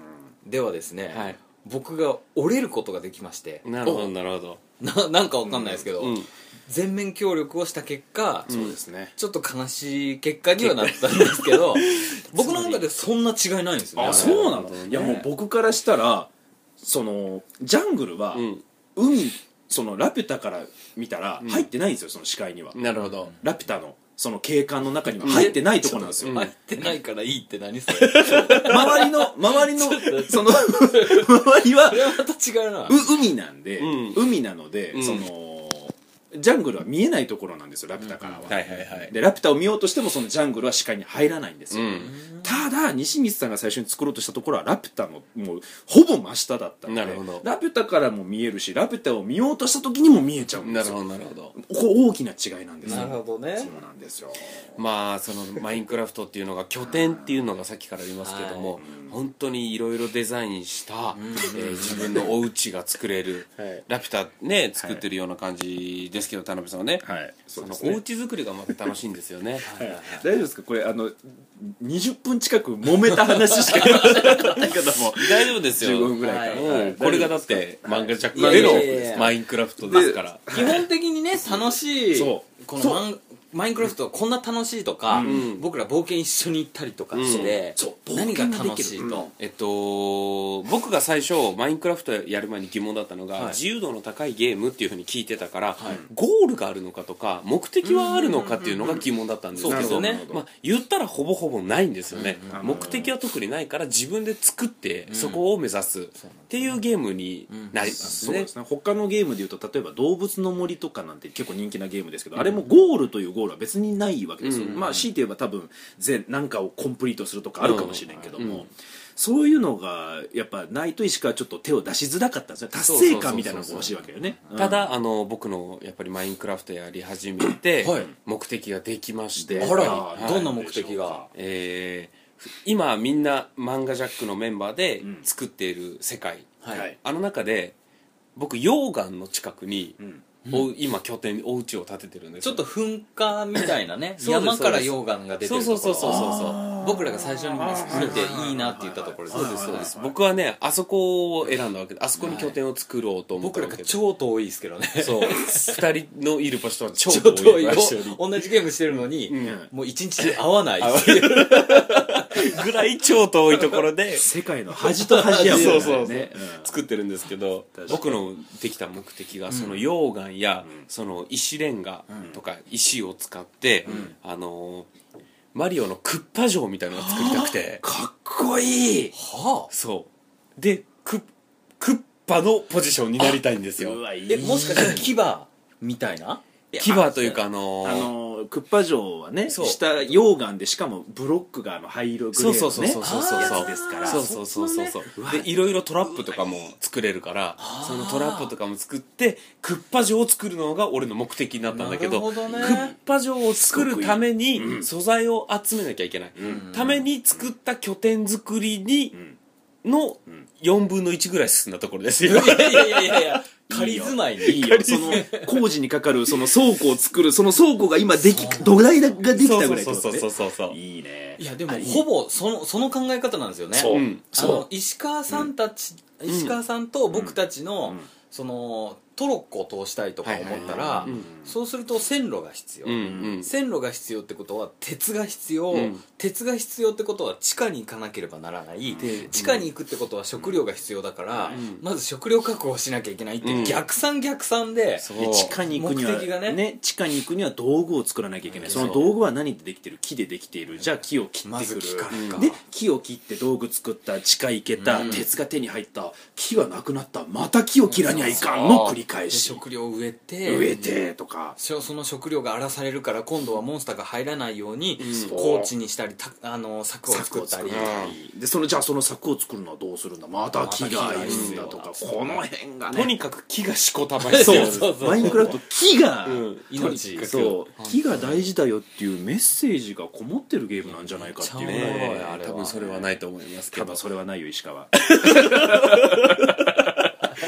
ではですね、
はい
僕が折れることができまして
なるほどなるほど
おななんかわかんないですけど、
うん
全面協力をした結果、
そうですね
ちょっと悲しい結果にはなったんですけ ど僕の中でそんな違いないんですよね
あそうな
なるほ
の
どね
いやもう僕からしたらそのジャングルは
うん
海そのラピュタから見たら入ってないんですよその視界には
なるほど
ラピュタのその景観の中には入ってないところなんですよ
うん
入ってないからいいって 何それ
周りの周りのその 周りは
それはまた違うな
う海なんで
うん
海なので
うん
そのジャングルは見えないところなんですよラピュタからは
はいはいはい
でラピュタを見ようとしてもそのジャングルは視界に入らないんです
う
よ、
ん
ただ西光さんが最初に作ろうとしたところはラピュタのもうほぼ真下だったので
なるほど
ラピュタからも見えるしラピュタを見ようとした時にも見えちゃうん
なる
です
ほ
よ
どなるほど
ここ大きな違いなんですよ
なるほどね
そうなんですよ
まあそのマインクラフトっていうのが拠点っていうのがさっきから言いますけども、本当にいろいろデザインした、えー自分のお家が作れる、
はい
ラピュタね作ってるような感じですけど田辺さんはね、
はい
そ
そ
う
で
の
す
お
ね
家作りがまた楽しいんですよね
はい大丈夫ですかこれあの20分近く揉めた話しか言わなかったけど も
大丈夫です
15
よ
分ぐらいか
うん
ら、はい
これがだって漫画ジャック
いや
で
いやいやいや
のマインクラフトですから
基本的 にね楽しい
そう
このマンマインクラフトはこんな楽しいとか、
ん
僕ら冒険一緒に行ったりとかして、
そうそう
何
冒
が
険が
楽
で
し
き
い
る
と、
えっと、僕が最初マインクラフトやる前に疑問だったのが、
はい
自由度の高いゲームっていうふうに聞いてたから、ゴールがあるのかとか目的はあるのかっていうのが疑問だったんですけ
うんうんうん
ど、
そうですよね
まあ、言ったらほぼほぼないんですよね、
うん
目的は特にないから自分で作ってそこを目指すっていうゲームになります
そう
ね
で。すね他のゲームでいうと例えば「動物の森」とかなんて結構人気なゲームですけど、あれもゴールというゴールは別にないわけですよ、
うん
まあ強いて言えば多分全何かをコンプリートするとかあるかもしれんけども、そういうのがやっぱないと石川はちょっと手を出しづらかったんですよ達成感みたいなのが欲しいわけよね
ただ、あの僕のやっぱりマインクラフトやり始めて、
はい
目的ができまし
で
て
あら、
はい
どんな目的が
えー今みんな漫画ジャックのメンバーで
うん
作っている世界、
はい、
はい
あの中で僕溶岩の近くに、
ん
お今拠点お家を建ててるんです
ちょ
よ
っと噴火みたいなね
そうです
山から溶岩が出て
そう
るところ
そうそうそうそうそう
僕らが最初に見ていいなって言ったところです
そうですそうです僕はねあそこを選んだわけであそこに拠点を作ろうと思っ
僕
た
ら
わ
が
けで
超遠いですけどね
そう2人のいる場所は超
超遠い
場所に
同じゲームしてるのに、
うん
もう一日で会わないっていう
ぐらい超遠いところで
世界の端と端やもん ね
そうそうそう
ね
作ってるんですけど
確かに
僕のできた目的がその溶岩や
うん
その石レンガとか石を使ってあのーマリオのクッパ城みたいなのを作りたくて
かっこいい
はあ
そうでクックッパのポジションになりたいんですよ
わい
えもしかして牙みたいな
牙というかあのー
あのクッパ城はね
そう
下溶岩でしかもブロックがあの灰色グレー
そ
の、
う
ね、
そうそうそうそうそう
あー
そう
やつですから
そうそうそうそう
そ
そうう
うわ
でいろいろトラップとかも作れるからそのトラップとかも作ってクッパ城を作るのが俺の目的になったんだけど
なるほどね
クッパ城を作るために素材を集めなきゃいけない、ために作った拠点作りに、の4分の1ぐらい進んだところですよ
いやいやいやい や仮住まいに
いいよその工事にかかるその倉庫を作るその倉庫が今でき土台ができたぐらいっ
そ
て
う
こと
そう
ね
そうそうそう
いいね
いやでもほぼそのその考え方なんですよね
そう
あ
ん
の石川さんたち、石川さんと僕たちの、そのトロッコを通したいとか思ったら、
いはいうん
そうすると線路が必要、
うんうん
線路が必要ってことは鉄が必要、
うん
鉄が必要ってことは地下に行かなければならない
で
地下に行くってことは食料が必要だから、
ん
まず食料確保しなきゃいけないって、
うん
逆算逆算で
そう
で地下に行くには
目的がね
地下に行くには道具を作らなきゃいけない
そ
そうの道具は何でできてる木でできているじゃあ木を切っ
ま
て
ず
くる
木からか
で木を切って道具作った地下行けた、
うん
鉄が手に入った木がなくなったまた木を切らにはいかんの繰りり返
で
し
食料植えて
植えてとか
しょその食料が荒らされるから今度はモンスターが入らないように
うん
高地にしたりたあの柵を作ったり
柵を作ったりでそのじゃあその柵を作るのはどうするんだまた木がいるんだとか
また木がい
この辺が
と
ね
にかく木がしこたまに
そうそうそう
マインクラフト木が、
うん
命
とにかく
そう木が大事だよっていうメッセージがこもってるゲームなんじゃないかっていう
めっちゃおもろい
ね
あれは
多分それはないと思いますけど
多分それはないよ石川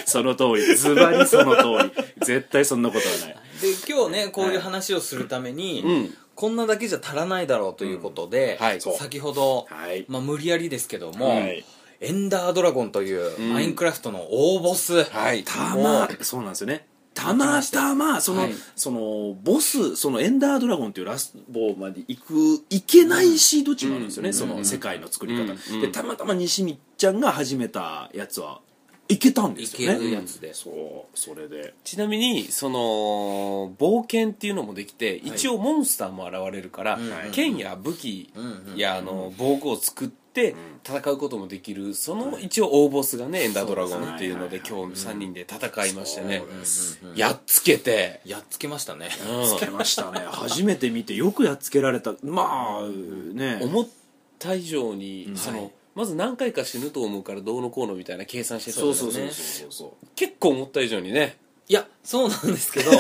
その通りズバリその通り絶対そんなことはない
で今日ねこういう話をするために、
うん
こんなだけじゃ足らないだろうということで、
うんはいそう
先ほど、
はい
まあ、無理やりですけども、
はい
エンダードラゴンという、マインクラフトの大ボス、
はい
た
も
まそうなんですよねたまたまその、
はい
そのボスそのエンダードラゴンっていうラスボーまで行く行けないシードチームあるんですよね、
うん
そ
うん
の世界の作り方、
うん
でたまたま西光ちゃんが始めたやつは行けたんですよね
行けるやつで
そうそれで
ちなみにその冒険っていうのもできて一応モンスターも現れるから、
はい
剣や武器
うんうん
やあの防具を作って戦うこともできるその一応大ボスがねエンダードラゴンっていうので
そ
今日3人で戦いましてね
そうです
うんうんうん
やっつけて
やっつけましたね
つけましたね初めて見てよくやっつけられたまあね
思った以上に
うん
そ
は
の
い
まず何回か死ぬと思うからどうのこうのみたいな計算してたん
そう
です
そう
よ
そう
ね
そうそう
結構思った以上にね
いやそうなんですけど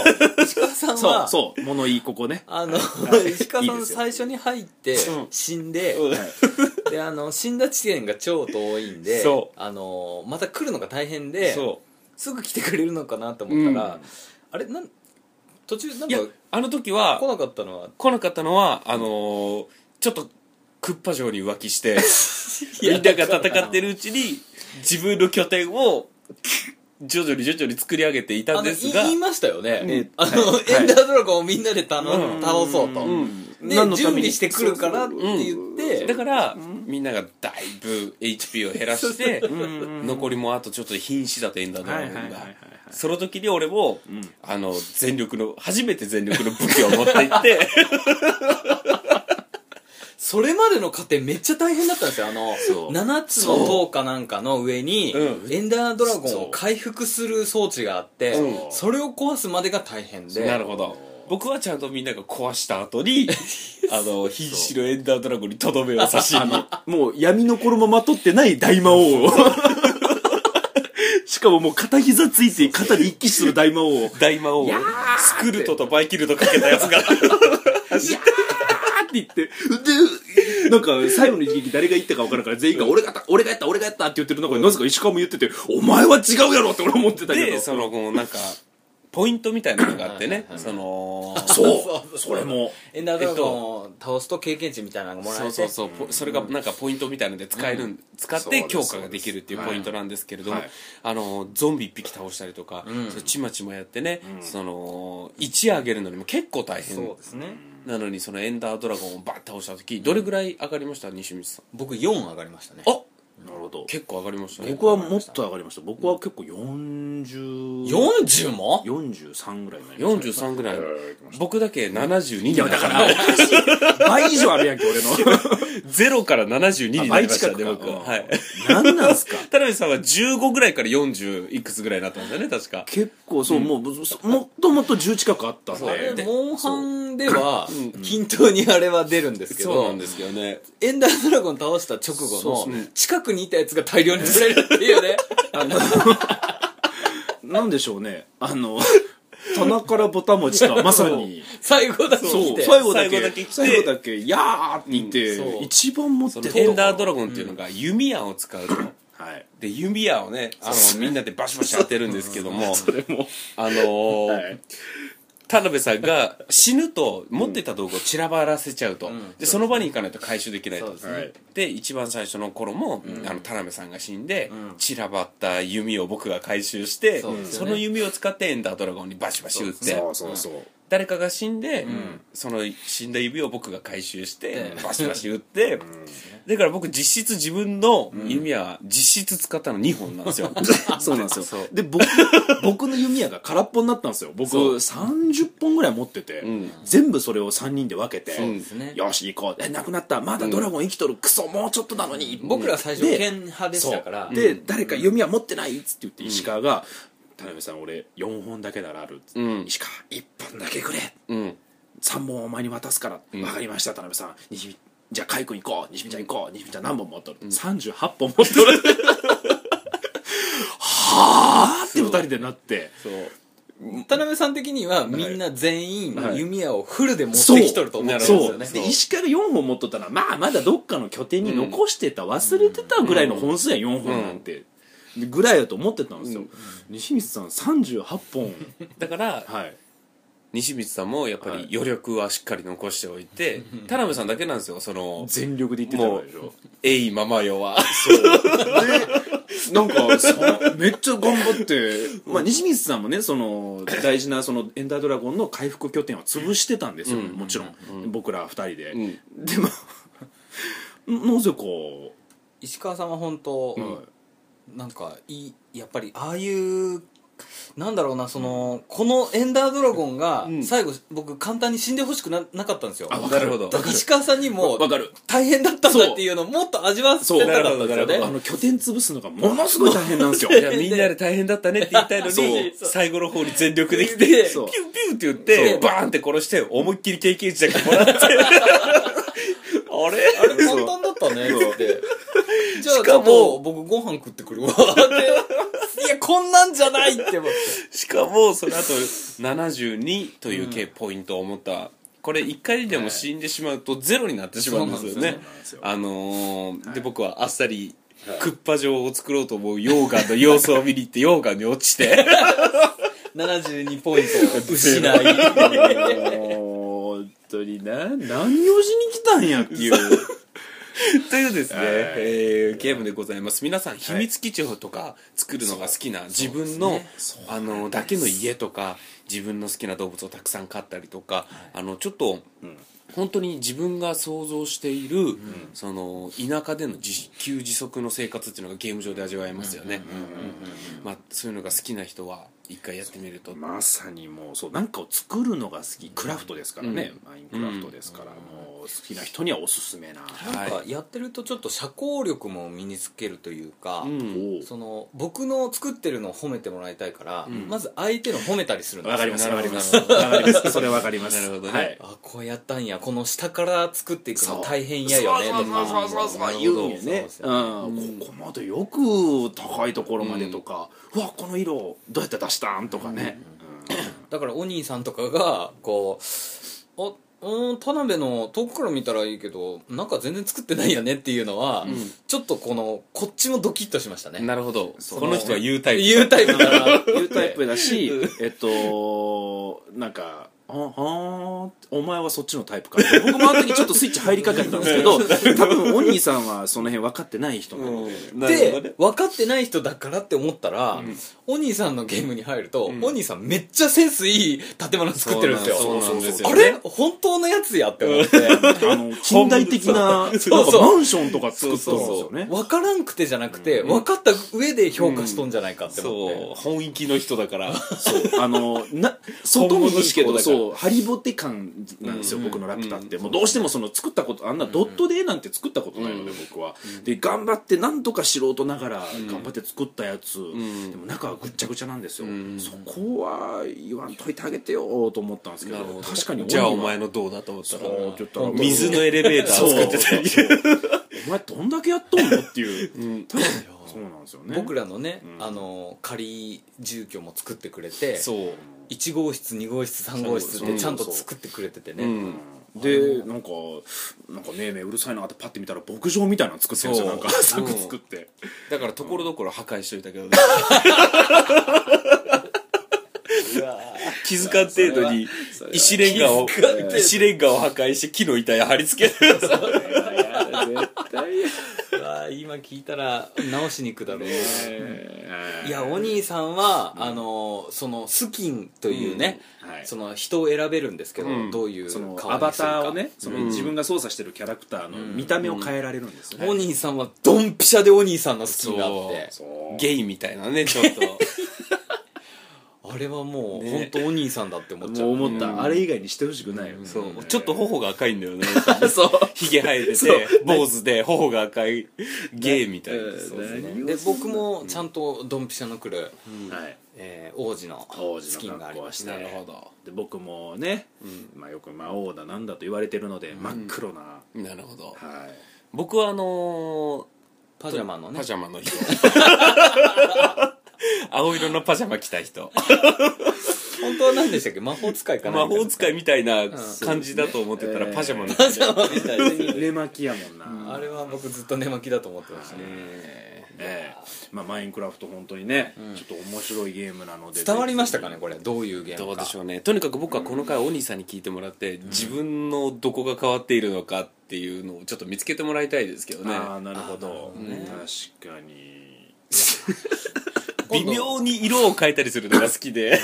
石川さん
そ
は
うそう物言いここね
あの、石川さ
いい
ん
ですよ
最初に入って
うん
死んで、であの死んだ地点が超遠いんで
そ
あのまた来るのが大変で
そ
すぐ来てくれるのかなと思ったら、
うん
あれなん途中なん
ういや
か
あの時は
来なかったのは
来なかったのはあのーちょっとクッパ城に浮気して みんなが戦ってるうちに自分の拠点を徐々に徐々に作り上げていた
あ
ん
のい
ですが
言いましたよね、
ね
あの、
はい
エンダードラゴンをみんなで頼
うん
ん倒そうと、
ん
で
何のた
準
めに
備してくるからって言って、
だからみんながだいぶ HP を減らして残りもあとちょっと瀕死だとエンダードラゴン
はいはいはいは
が
い
その時に俺も
ん
あの全力の初めて全力の武器を持って いって
それまでの過程めっちゃ大変だったんですよあの
そう
7つの塔かなんかの上に、
う
エンダードラゴンを回復する装置があって
う
そ
ん
れを壊すまでが大変で
なるほど僕はちゃんとみんなが壊した後 にあの瀕死のエンダードラゴンにとどめを刺しに
あのもう闇の衣まとってない大魔王を しかももう片膝ついて肩で一騎する大魔王をやーっ
大魔王スクルトとバイキルトかけたやつが
て言ってでなんか最後の一撃誰が言ったか分からんから全員が「俺がやった俺がやった俺がやった」って言ってる中でなぜか石川も言ってて「お前は違うやろ」って俺思ってたけ
で
ど
そのこうなんかポイントみたいなのがあってねその
そうそれも
エンダードラゴンを倒すと経験値みたいなのがもらえて
そうそうそうポそれがなんかポイントみたいので使えるん使っ
そうで
て
す
強化ができるっていうポイントなんですけれども
そうです
あのゾンビ1匹倒したりとか
ん
それちまちまやってねその1上げるのにも結構大変
ですね
なのにそのエンダードラゴンをバッと倒した時どれぐらい上がりました西光さん
僕4上がりましたね
あ
なるほど
結構上がりましたね
僕はもっと上がりました僕は結構4043
40も
ぐらいになりました
43ぐらい僕だけ72に
いやだからおかしい倍以上あるやんけ俺の
ゼロから72になりましたね、
あ倍近くか
僕は。はい。
何なんすか
田辺さんは15ぐらいから40いくつぐらいになったんですよね、確 か。
結構そう、もうそもっともっと10近くあったん
そう
あれ
で
モンハンでは均等にあれは出るんですけ
そうな
ど
んですよね。
エンダードラゴン倒した直
そう
後
です
の
ね
近くにいたやつが大量に釣れるっていう ね
なんでしょうねあの 棚からぼたもちとはまさに
最後だけ
そう
来て
最後だ
最
け
後だけ来て
最後だけ「やー」って言って、
うんそう
一番持って
そ
た
のエンダードラゴンっていうのが弓矢を使うと。
はい
で、弓矢をね、あの、みんなでバシバシ当てるんですけども、
それも
あのー
はい
田辺さんが死ぬと持ってた道具を散らばらせちゃうと、
ん
でその場に行かないと回収できないと
そうですね
はい
で一番最初の頃も、あの田辺さんが死んで、
うん
散らばった弓を僕が回収してそ,、
そうですよね
の弓を使ってエンダードラゴンにバシバシ打って
そうそうそう
誰かが死んで、その死んだ指を僕が回収して、バシバシ打って、だから僕実質自分の弓は実質使ったの2本なんですよ、
そうなんです
そ
よ
う
で僕僕の弓矢が空っぽになったんですよ僕
そう
30本ぐらい持ってて、
ん
全部それを3人で分けて、
そう
ですね
よし行こうえなくなったまだドラゴン生きとる、クソもうちょっとなのに
僕ら最初
で
剣派でしたから
そうで、誰か読みは持ってないっつって言って石川が、 「田辺さん俺4本だけならある」って
うん
石川1本だけくれ
うん
3本お前に渡すから」
ん
分かりました田辺さん西見じゃあ海君行こう西見ちゃん行こう西見ちゃん何本持っとる、38本持っとる はあって2人でなって
そう田辺さん的にはみんな全員
はい
弓矢をフルで持ってきとると思ってたんです
そ
よ
う
ね
で石川が4本持っとったらまあまだどっかの拠点に残してた、忘れてたぐらいの本数や4本なんて、でぐらいだと思ってたんですよ、西光さん38本
だから
はい
西光さんもやっぱ
はい
り余力はしっかり残しておいて田辺さんだけなんですよその
全力で言ってたわけでしょ
「えいままよ」は
なんかそのめっちゃ頑張って、まあ、西光さんもねその大事なそのエンダードラゴンの回復拠点を潰してたんですよ、
うん
もちろん、僕ら2人で、
うん
でも なぜか、
石川さんは本当、
はい
なんかいいやっぱりああいうなんだろうなそのこのエンダードラゴンが
うん
最後、僕簡単に死んでほしくななかったんですよ
あわか
なるほど
だから石川さんにも
わかる
大変だったんだっていうのをもっと味わわせ
そう
たかったんです
なるほどな
よ
るほ
ね
ど
あの拠点潰すのがものすごい大変な んですよ
いやみんなで大変だったねって言いたいのに
そう
最後の方に全力で来てピュ
そ
ー
う
ピューって言って
そう
バーンって殺して思いっきり経験値だけもらってあれ
あれ簡単だったねってじゃあ
し
ちょ
か
っ
も
と僕ご飯食ってくるわっていやこんなんじゃないって思って
しかもその後72という計ポイントを持ったこれ1回でも死んでしまうとゼロになってしまうんですよ
そうなん
ね
で
あのーで僕はあっさりクッパ状を作ろうと思う溶岩の様子を見に行って溶岩に落ちて
72ポイントを失い
もう本当にな何をしに来たんやっ ていう
というですね、
はい
えーゲームでございます皆さん秘密基地とか作るのが好きな自分の,、あのだけの家とか自分の好きな動物をたくさん飼ったりとか、あのちょっと、本当に自分が想像している、その田舎での自給自足の生活っていうのがゲーム上で味わえますよねまあそういうのが好きな人は一回やってみると
まさにもうそうなんかを作るのが好きクラフトですからね、マインクラフトですから、もう好きな人にはおすすめな、
なんかやってるとちょっと社交力も身につけるというか、
うん
おう
その僕の作ってるのを褒めてもらいたいから、
ん
まず相手の褒めたりするんですよ
わかります
な
わ
る
か
ほど
りますわかり ますそれわかります
なるほどね
はい、
あこうやったんやこの下から作っていく
そ
の
う
大変やよねとか
そうそうそうそうそう言うんやね
そう
う
そうん
ここまでよく高いところまでとか、うわこの色どうやって出したんとかね、
だからお兄さんとかがこうあうん田辺の遠くから見たらいいけどなんか全然作ってないやねっていうのは、ちょっとこのこっちもドキッとしましたね
なるほど
そう
この人は言うタイプ
言うタイプだな
うんいうタイプだしえっとなんか「あはーんお前はそっちのタイプか」僕もあの時ちょっとスイッチ入りかかったんですけ ど多分お兄さんはその辺分かってない人なので、
うんなるほどね
で分かってない人だからって思ったら、お兄さんのゲームに入ると、お兄さんめっちゃセンスいい建物作ってるんですよ
そうなんですよ
あれ本当のやつやって 思って
あの近代的ななんか
そうそう
マンションとか作ったんです
そ
よ
う、
ね
分からんくてじゃなくて、分かった上で評価しとんじゃないかって思って、
そう本域の人だから
そうあのな外もい
本
いけ
物志向だか
ど
ら
そうハリボテ感なんですよ、
うん
僕のラピュタって、もうどうしてもその作ったことあんなドットで絵なんて作ったことないので、僕はで頑張ってなんとか素人ながら頑張って作ったやつ、
ん
でも中はぐっちゃぐちゃなんですよ、
ん
そこは言わんといてあげてよと思ったんですけど
なるほど
確かに
じゃあお前のどうだと思ったら
そうちょっと
水のエレベーター
そう
作ってたり
そうお前どんだけやっとんのっていう、多分そうなんですよね
僕らのね、あの仮住居も作ってくれて
そう
1号室2号室3号室ってちゃんと作ってくれててね、
うん
でなんかなんかねえめえうるさいなってパッて見たら牧場みたいなの作ってるんですよなんか
そう
柵作って
だからところどころ破壊しといたけどね気づかん程度に石レンガを石レンガを破壊して木の板や貼り付ける
絶対
うわー今聞いたら直しに行くだろうな、い
い
やお兄さんは、あのそのスキンというね、
うんはい
その人を選べるんですけど、
うん
どういう
その
顔
ア
に
バ
するか
ターをねその自分が操作してるキャラクターの見た目を変えられるんですよね
お兄さんはドンピシャでお兄さんのスキンがあっ
そう
て
そう
ゲイみたいなねちょっと
あれはもう
ね
本当お兄さんだって思っちゃ
も
う
う思った、
うん
あれ以外にしてほしくないよね
そうちょっと頬が赤いんだよね
そう
ひげ生えて
そう
て坊主で頬が赤いゲイみたいなそうですね
で僕もちゃんとドンピシャの来る、
はい
えー王子の
王
ス
子
キ
の
ンがあ
格
り
好
ま
を
し
してて
ど
で僕もね、まあ、よく魔王だなんだと言われてるので、真っ黒な、
なるほど
はい
僕はあの
パジャマの
ー
ね
パジャマの人 青色のパジャマ着た 人
本当は何でしたっけ魔法使いかな
魔法使いみたいな感じだと思ってたら
うん
パジャマの
パジャマみ たいな
寝巻きやもんな、
あれは僕ずっと寝巻きだと思ってましたね
ねえまあ、マインクラフト本当にね、ちょっと面白いゲームなので
伝わりましたかねこれどういうゲー
ど
ム
うで
か
しょうねとにかく僕はこの回お兄さんに聞いてもらって、自分のどこが変わっているのかっていうのをちょっと見つけてもらいたいですけどね
ああなるほど
ね
確かに
微妙に色を変えたりするのが好きで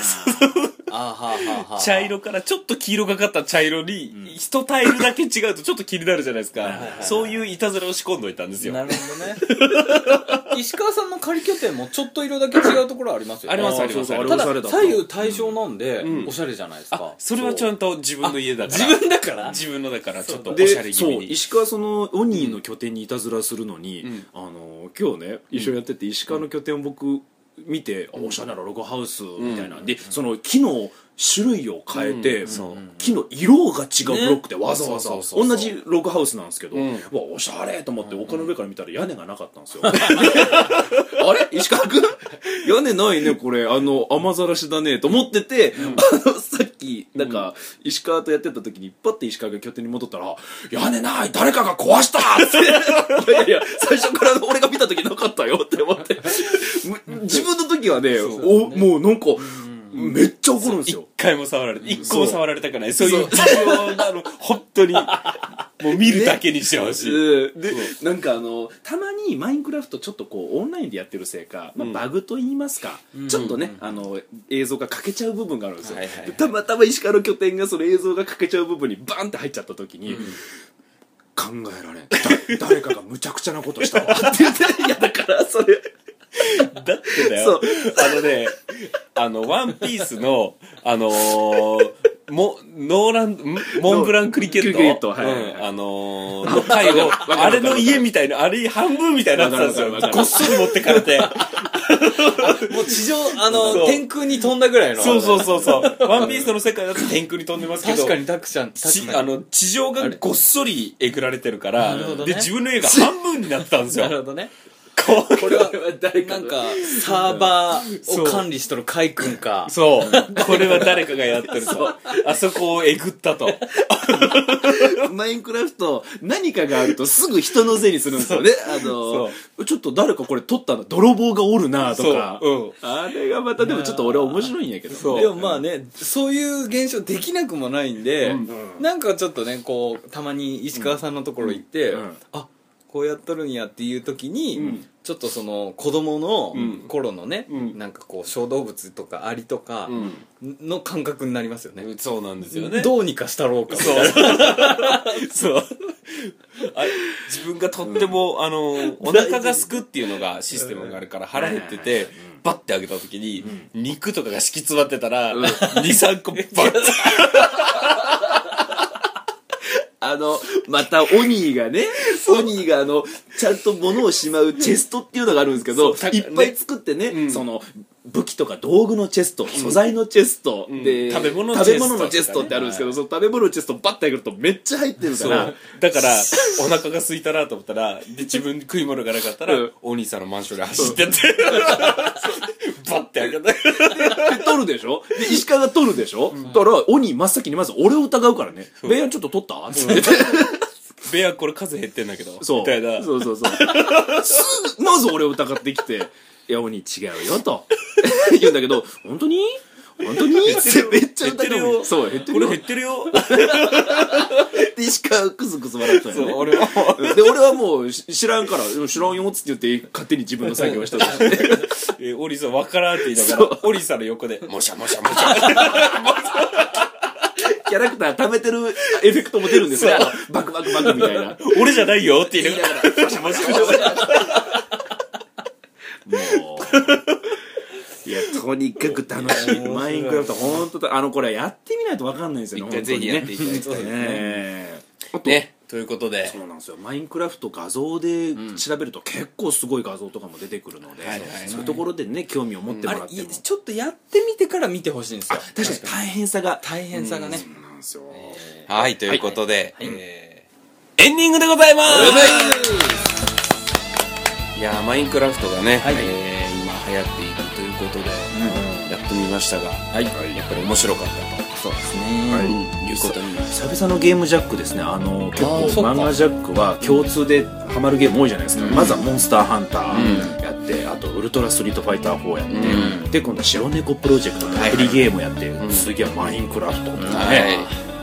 あーはーはーはーはー
茶色からちょっと黄色がかった茶色に一タイルだけ違うとちょっと気になるじゃないですかそういういたずらを仕込んどいたんですよ
なるほ どね石川さんの仮拠点もちょっと色だけ違うところありますよね
ありますあ
あー
り
そ
ま
う
す
そう
あ
あ
り
れ
ま
た
す
おしゃれ
だ
だ
左右対称なんで
うん
おしゃれじゃないです
あ
か
それはちゃんと自分の家だから
自分 だから
自分のだからちょっとお
で
しゃれ気味
そう
に
石川そのオニーの拠点にいたずらするのに、
ん
あの今日ね一緒にやってて石川の拠点を僕見て、あおしゃれなロゴハウスみたいな、でその木の種類を変えて、
うんそう
木の色が違うブロックでわざ
そ
わざ、
うそうそうそう
同じログハウスなんですけど、
うん
うわおしゃれと思って丘の上から見たら屋根がなかったんですよあれ石川君屋根ないねこれあの雨ざらしだねと思ってて、あのさっきなんか石川とやってた時にパッて石川が拠点に戻ったら「屋根ない誰かが壊した!」って いやいや最初から俺が見た時なかったよって思ってむ自分の時はねおもうなんかめっちゃ怒るんですよ
一回も触られて一個も触られたくないそ
そう
ういう事情なの 本当にもう見るだけにしてほしい、
うんでなんかあのたまにマインクラフトちょっとこうオンラインでやってるせいか、まあ、
うん
バグと言いますか、ちょっとね、あの映像が欠けちゃう部分があるんですよ、
はいはいはい
でたまたま石川の拠点がその映像が欠けちゃう部分にバンって入っちゃった時に、考えられんだ 誰かがむちゃくちゃなことしたわって言っていやだからそれ
だってだ
そ
よ
う
あのねあの「ワンピースのあのーもノーランんモンブランクリケット
クリケットはいはいはい
うんあのーの回をあれの家みたいなあれ半分みたいになってたんですよ
わかるわかる
こっそり持ってかれて
もう地上
そ
あの
う
天空に飛んだぐらい の
そうそうそうそう「ワンピースの世界だと天空に飛んでますけど
確かにタクちゃん確
ち
か
あ
に
の地上がごっそりえぐられてるから
るほどね
で自分の家が半分になってたんです
なる
よ
ほどね
こう
これは
誰
なん
の
かサーバーを管理しとるカイ君か
そうこれは誰かがやってる とあそこをえぐったと
マインクラフト何かがあるとすぐ人のせいにするんですよねあのちょっと誰かこれ取ったの泥棒がおるなとか
そう
あれがまたでもちょっと俺は面白いんやけど
そう
でもまあねそういう現象できなくもないんで、なんかちょっとねこうたまに石川さんのところ行って、
うんうん
あこうやっとるんやっていう時に、
ん
ちょっとその子供の
ん
頃のね、
うん
なんかこう小動物とかアリとか
うん
の感覚になりますよね,、
うんそうなんですよね
どうにかしたろうか
そうそうあ自分がとっても、あのお腹がすくっていうのがシステムがあるから腹減ってて、バッて開けた時に、肉とかが敷き詰まってたら、23個バッて
あの、またオニーが ね、オニーがあの、ちゃんと物をしまうチェストっていうのがあるんですけど、
そう
いっぱい作ってね、
ん
その、武器とか道具のチェスト、素材のチェスト、
ん
で
食べ物のチェストとかね
食べ物のチェストってあるんですけど、その食べ物のチェストバッてあげるとめっちゃ入ってるか
そ
ら
う、だからお腹が空いたなと思ったらで自分食い物がなかったら、
うん
お兄さんのマンションで走ってってバッて開けた
で取るでしょで、石川が取るでしょ、だから、オニー真っ先にまず俺を疑うからね、ベイアンちょっと取ったって言って、
ベアこれ数減ってんだけど
そう。
みたいな
そうそうそう。 すぐ、まず俺を疑ってきて、いや、鬼違うよ、と。 言うんだけど、本当に本当にってめっちゃ
減って
疑
る
う。
よ
そう、減って
こ
る
れ
よ。
減ってるよ
って石川クスクス笑ってた
そ
よ
う
ね。
俺も
で、俺はもうし知らんから、知らんよっつって言って、勝手に自分の作業 をしたとして。
えーオリさんわからんって言いながらオリさんの横でもしゃもしゃもしゃ
キャラクター溜めてるエフェクトも出るんですよ。バクバクバクみ たいな。
俺じゃないよって言いながらもしゃもしゃもしゃ
もう。いや、とにかく楽しいマインクラフト本当だあのこれやってみないと分かんないんですよね
一回ぜひやっていただきたい
ね
ね
ねあと
ねということで
そうなんですよマインクラフト画像で調べると結構すごい画像とかも出てくるので、
はいはいはい
そういうところでね興味を持っても
あれ
らって
い
も
ちょっとやってみてから見てほしいんですよ
確かに大変さが
大変さがね
そうなんですよ、
はいということで、えーエンディングでございます、い、やーマインクラフトがね、
はい
えー今流行っているということで、やってみましたが、やっぱり面白かったと
そうですね
うんいうことに
久々のゲームジャックですねあの結構
あーそっか
漫画ジャックは共通でハマるゲーム多いじゃないですか、まずは「モンスターハンター」やって、あと「ウルトラストリートファイター4」やって、で今度は「白猫プロジェクト」アプリゲームやって、次は「マインクラフト」とかね、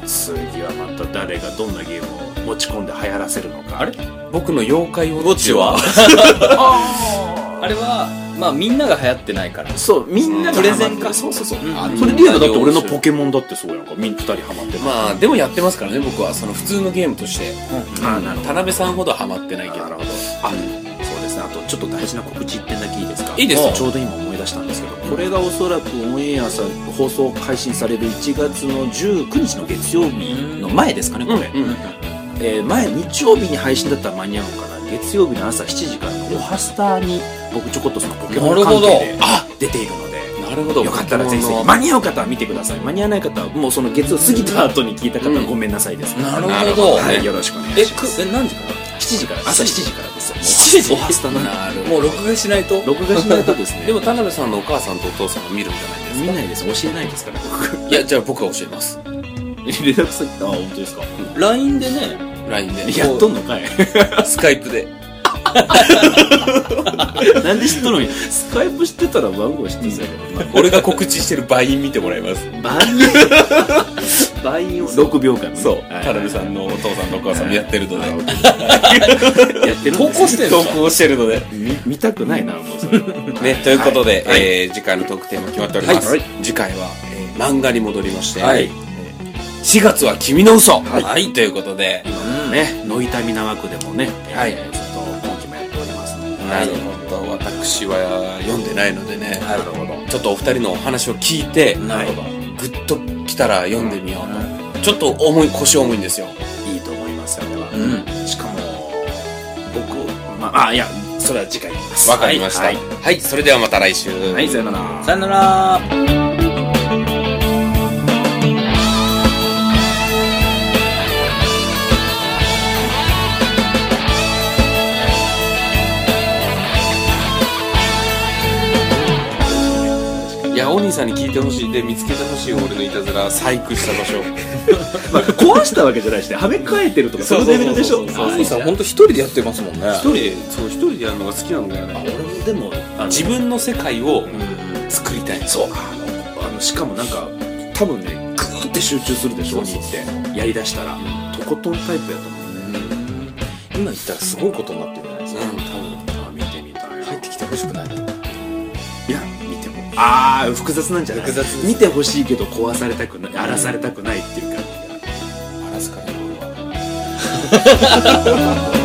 次はまた誰がどんなゲームを持ち込んで流行らせるのかあれ
僕の妖怪ウォッチは
あれはまあみんなが流行ってないから
そうみんなが
プレゼンか
ハマってるそうそうそう、
ん
それで言えばだって俺のポケモンだってそうやんかみん2人ハマって る、
まあでもやってますからね僕はその普通のゲームとして
あーなる
田辺さんほどハマってないけど
なるほどあ、そうですねあとちょっと大事な告知一点だけいいですか
いいですよ
ちょうど今思い出したんですけどこれがおそらくオンエアさ放送開始される1月の19日の月曜日の前ですかねこれ、えー前日曜日に配信だったら間に合うのかな月曜日の朝7時からの「オハスター」に僕ちょこっとそのポケモン関係で出ているので
なるほど
よかったらぜひぜひ間に合う方は見てください間に合わない方はもうその月曜過ぎた後に聞いた方はごめんなさいです、
なる
なる
ほ
ほ
ど
はい、よろしくお願い
え
し
く
ます
え何時から
7時から朝7時からですよ
7時
オハスタなんで
なるほ
もう録画しないと
録画しないとですね
でも田辺さんのお母さんとお父さんが見るんじゃないですか
見ないです教えないですから僕
いやじゃあ僕が教えます
連絡先あ本当ですか
LINE でね
LINE で
やっとんのかい
スカイプで
なんで知っとるんやスカイプ知ってたら番号知ってたけど
俺が告知してる倍見てもらいます
倍 音倍音6秒間
そう田辺さんのお父さんとお母さんもやってるので
ん やってるん
投
です
稿してる
投稿してるので
み見たくないなもうそれは
ねということで、
はい
えー次回のトークテーマ決まっております、
はい
次回は、えー漫画に戻りまして、
はい
4月は君の嘘、はい、ということで、
ねノイタミナワ区でもね
はい
えーちょっと今期もやっておりますので
なるほど私は読んでないのでね、
なるほど
ちょっとお二人のお話を聞いて
なるほど
グッときたら読んでみようと、ちょっと重い腰重いんですよ
いいと思いますよでは
うん
しかも僕まああいやそれは次回言います
わかりました
は
はいい、、それではまた来週、
はい、さよなら
さよなら
いやお兄さんに聞いてほしいで見つけてほしい俺のいたずら細工した場所
まあ、壊したわけじゃないしねはめ替えてるとかそのレベルでしょ
そうそうそうそう
兄さん本当一人でやってますもんね
一人でそう一人でやるのが好きなんだよ
あ
ね
俺もでもあの
自分の世界を
うん
作りたい
そうあのあのしかもなんか多分ねグーって集中するでしょ
そうそうそう
鬼ってやりだしたらとことんタイプやと思う
今言ったらすごいことになってるじゃないですか、
うん
あ見てみたい
入ってきてほしくない
いや見てもああ複雑なんじゃない
複雑です
見てほしいけど壊されたくない荒らされたくないっていう感じが
話すからね俺は
ある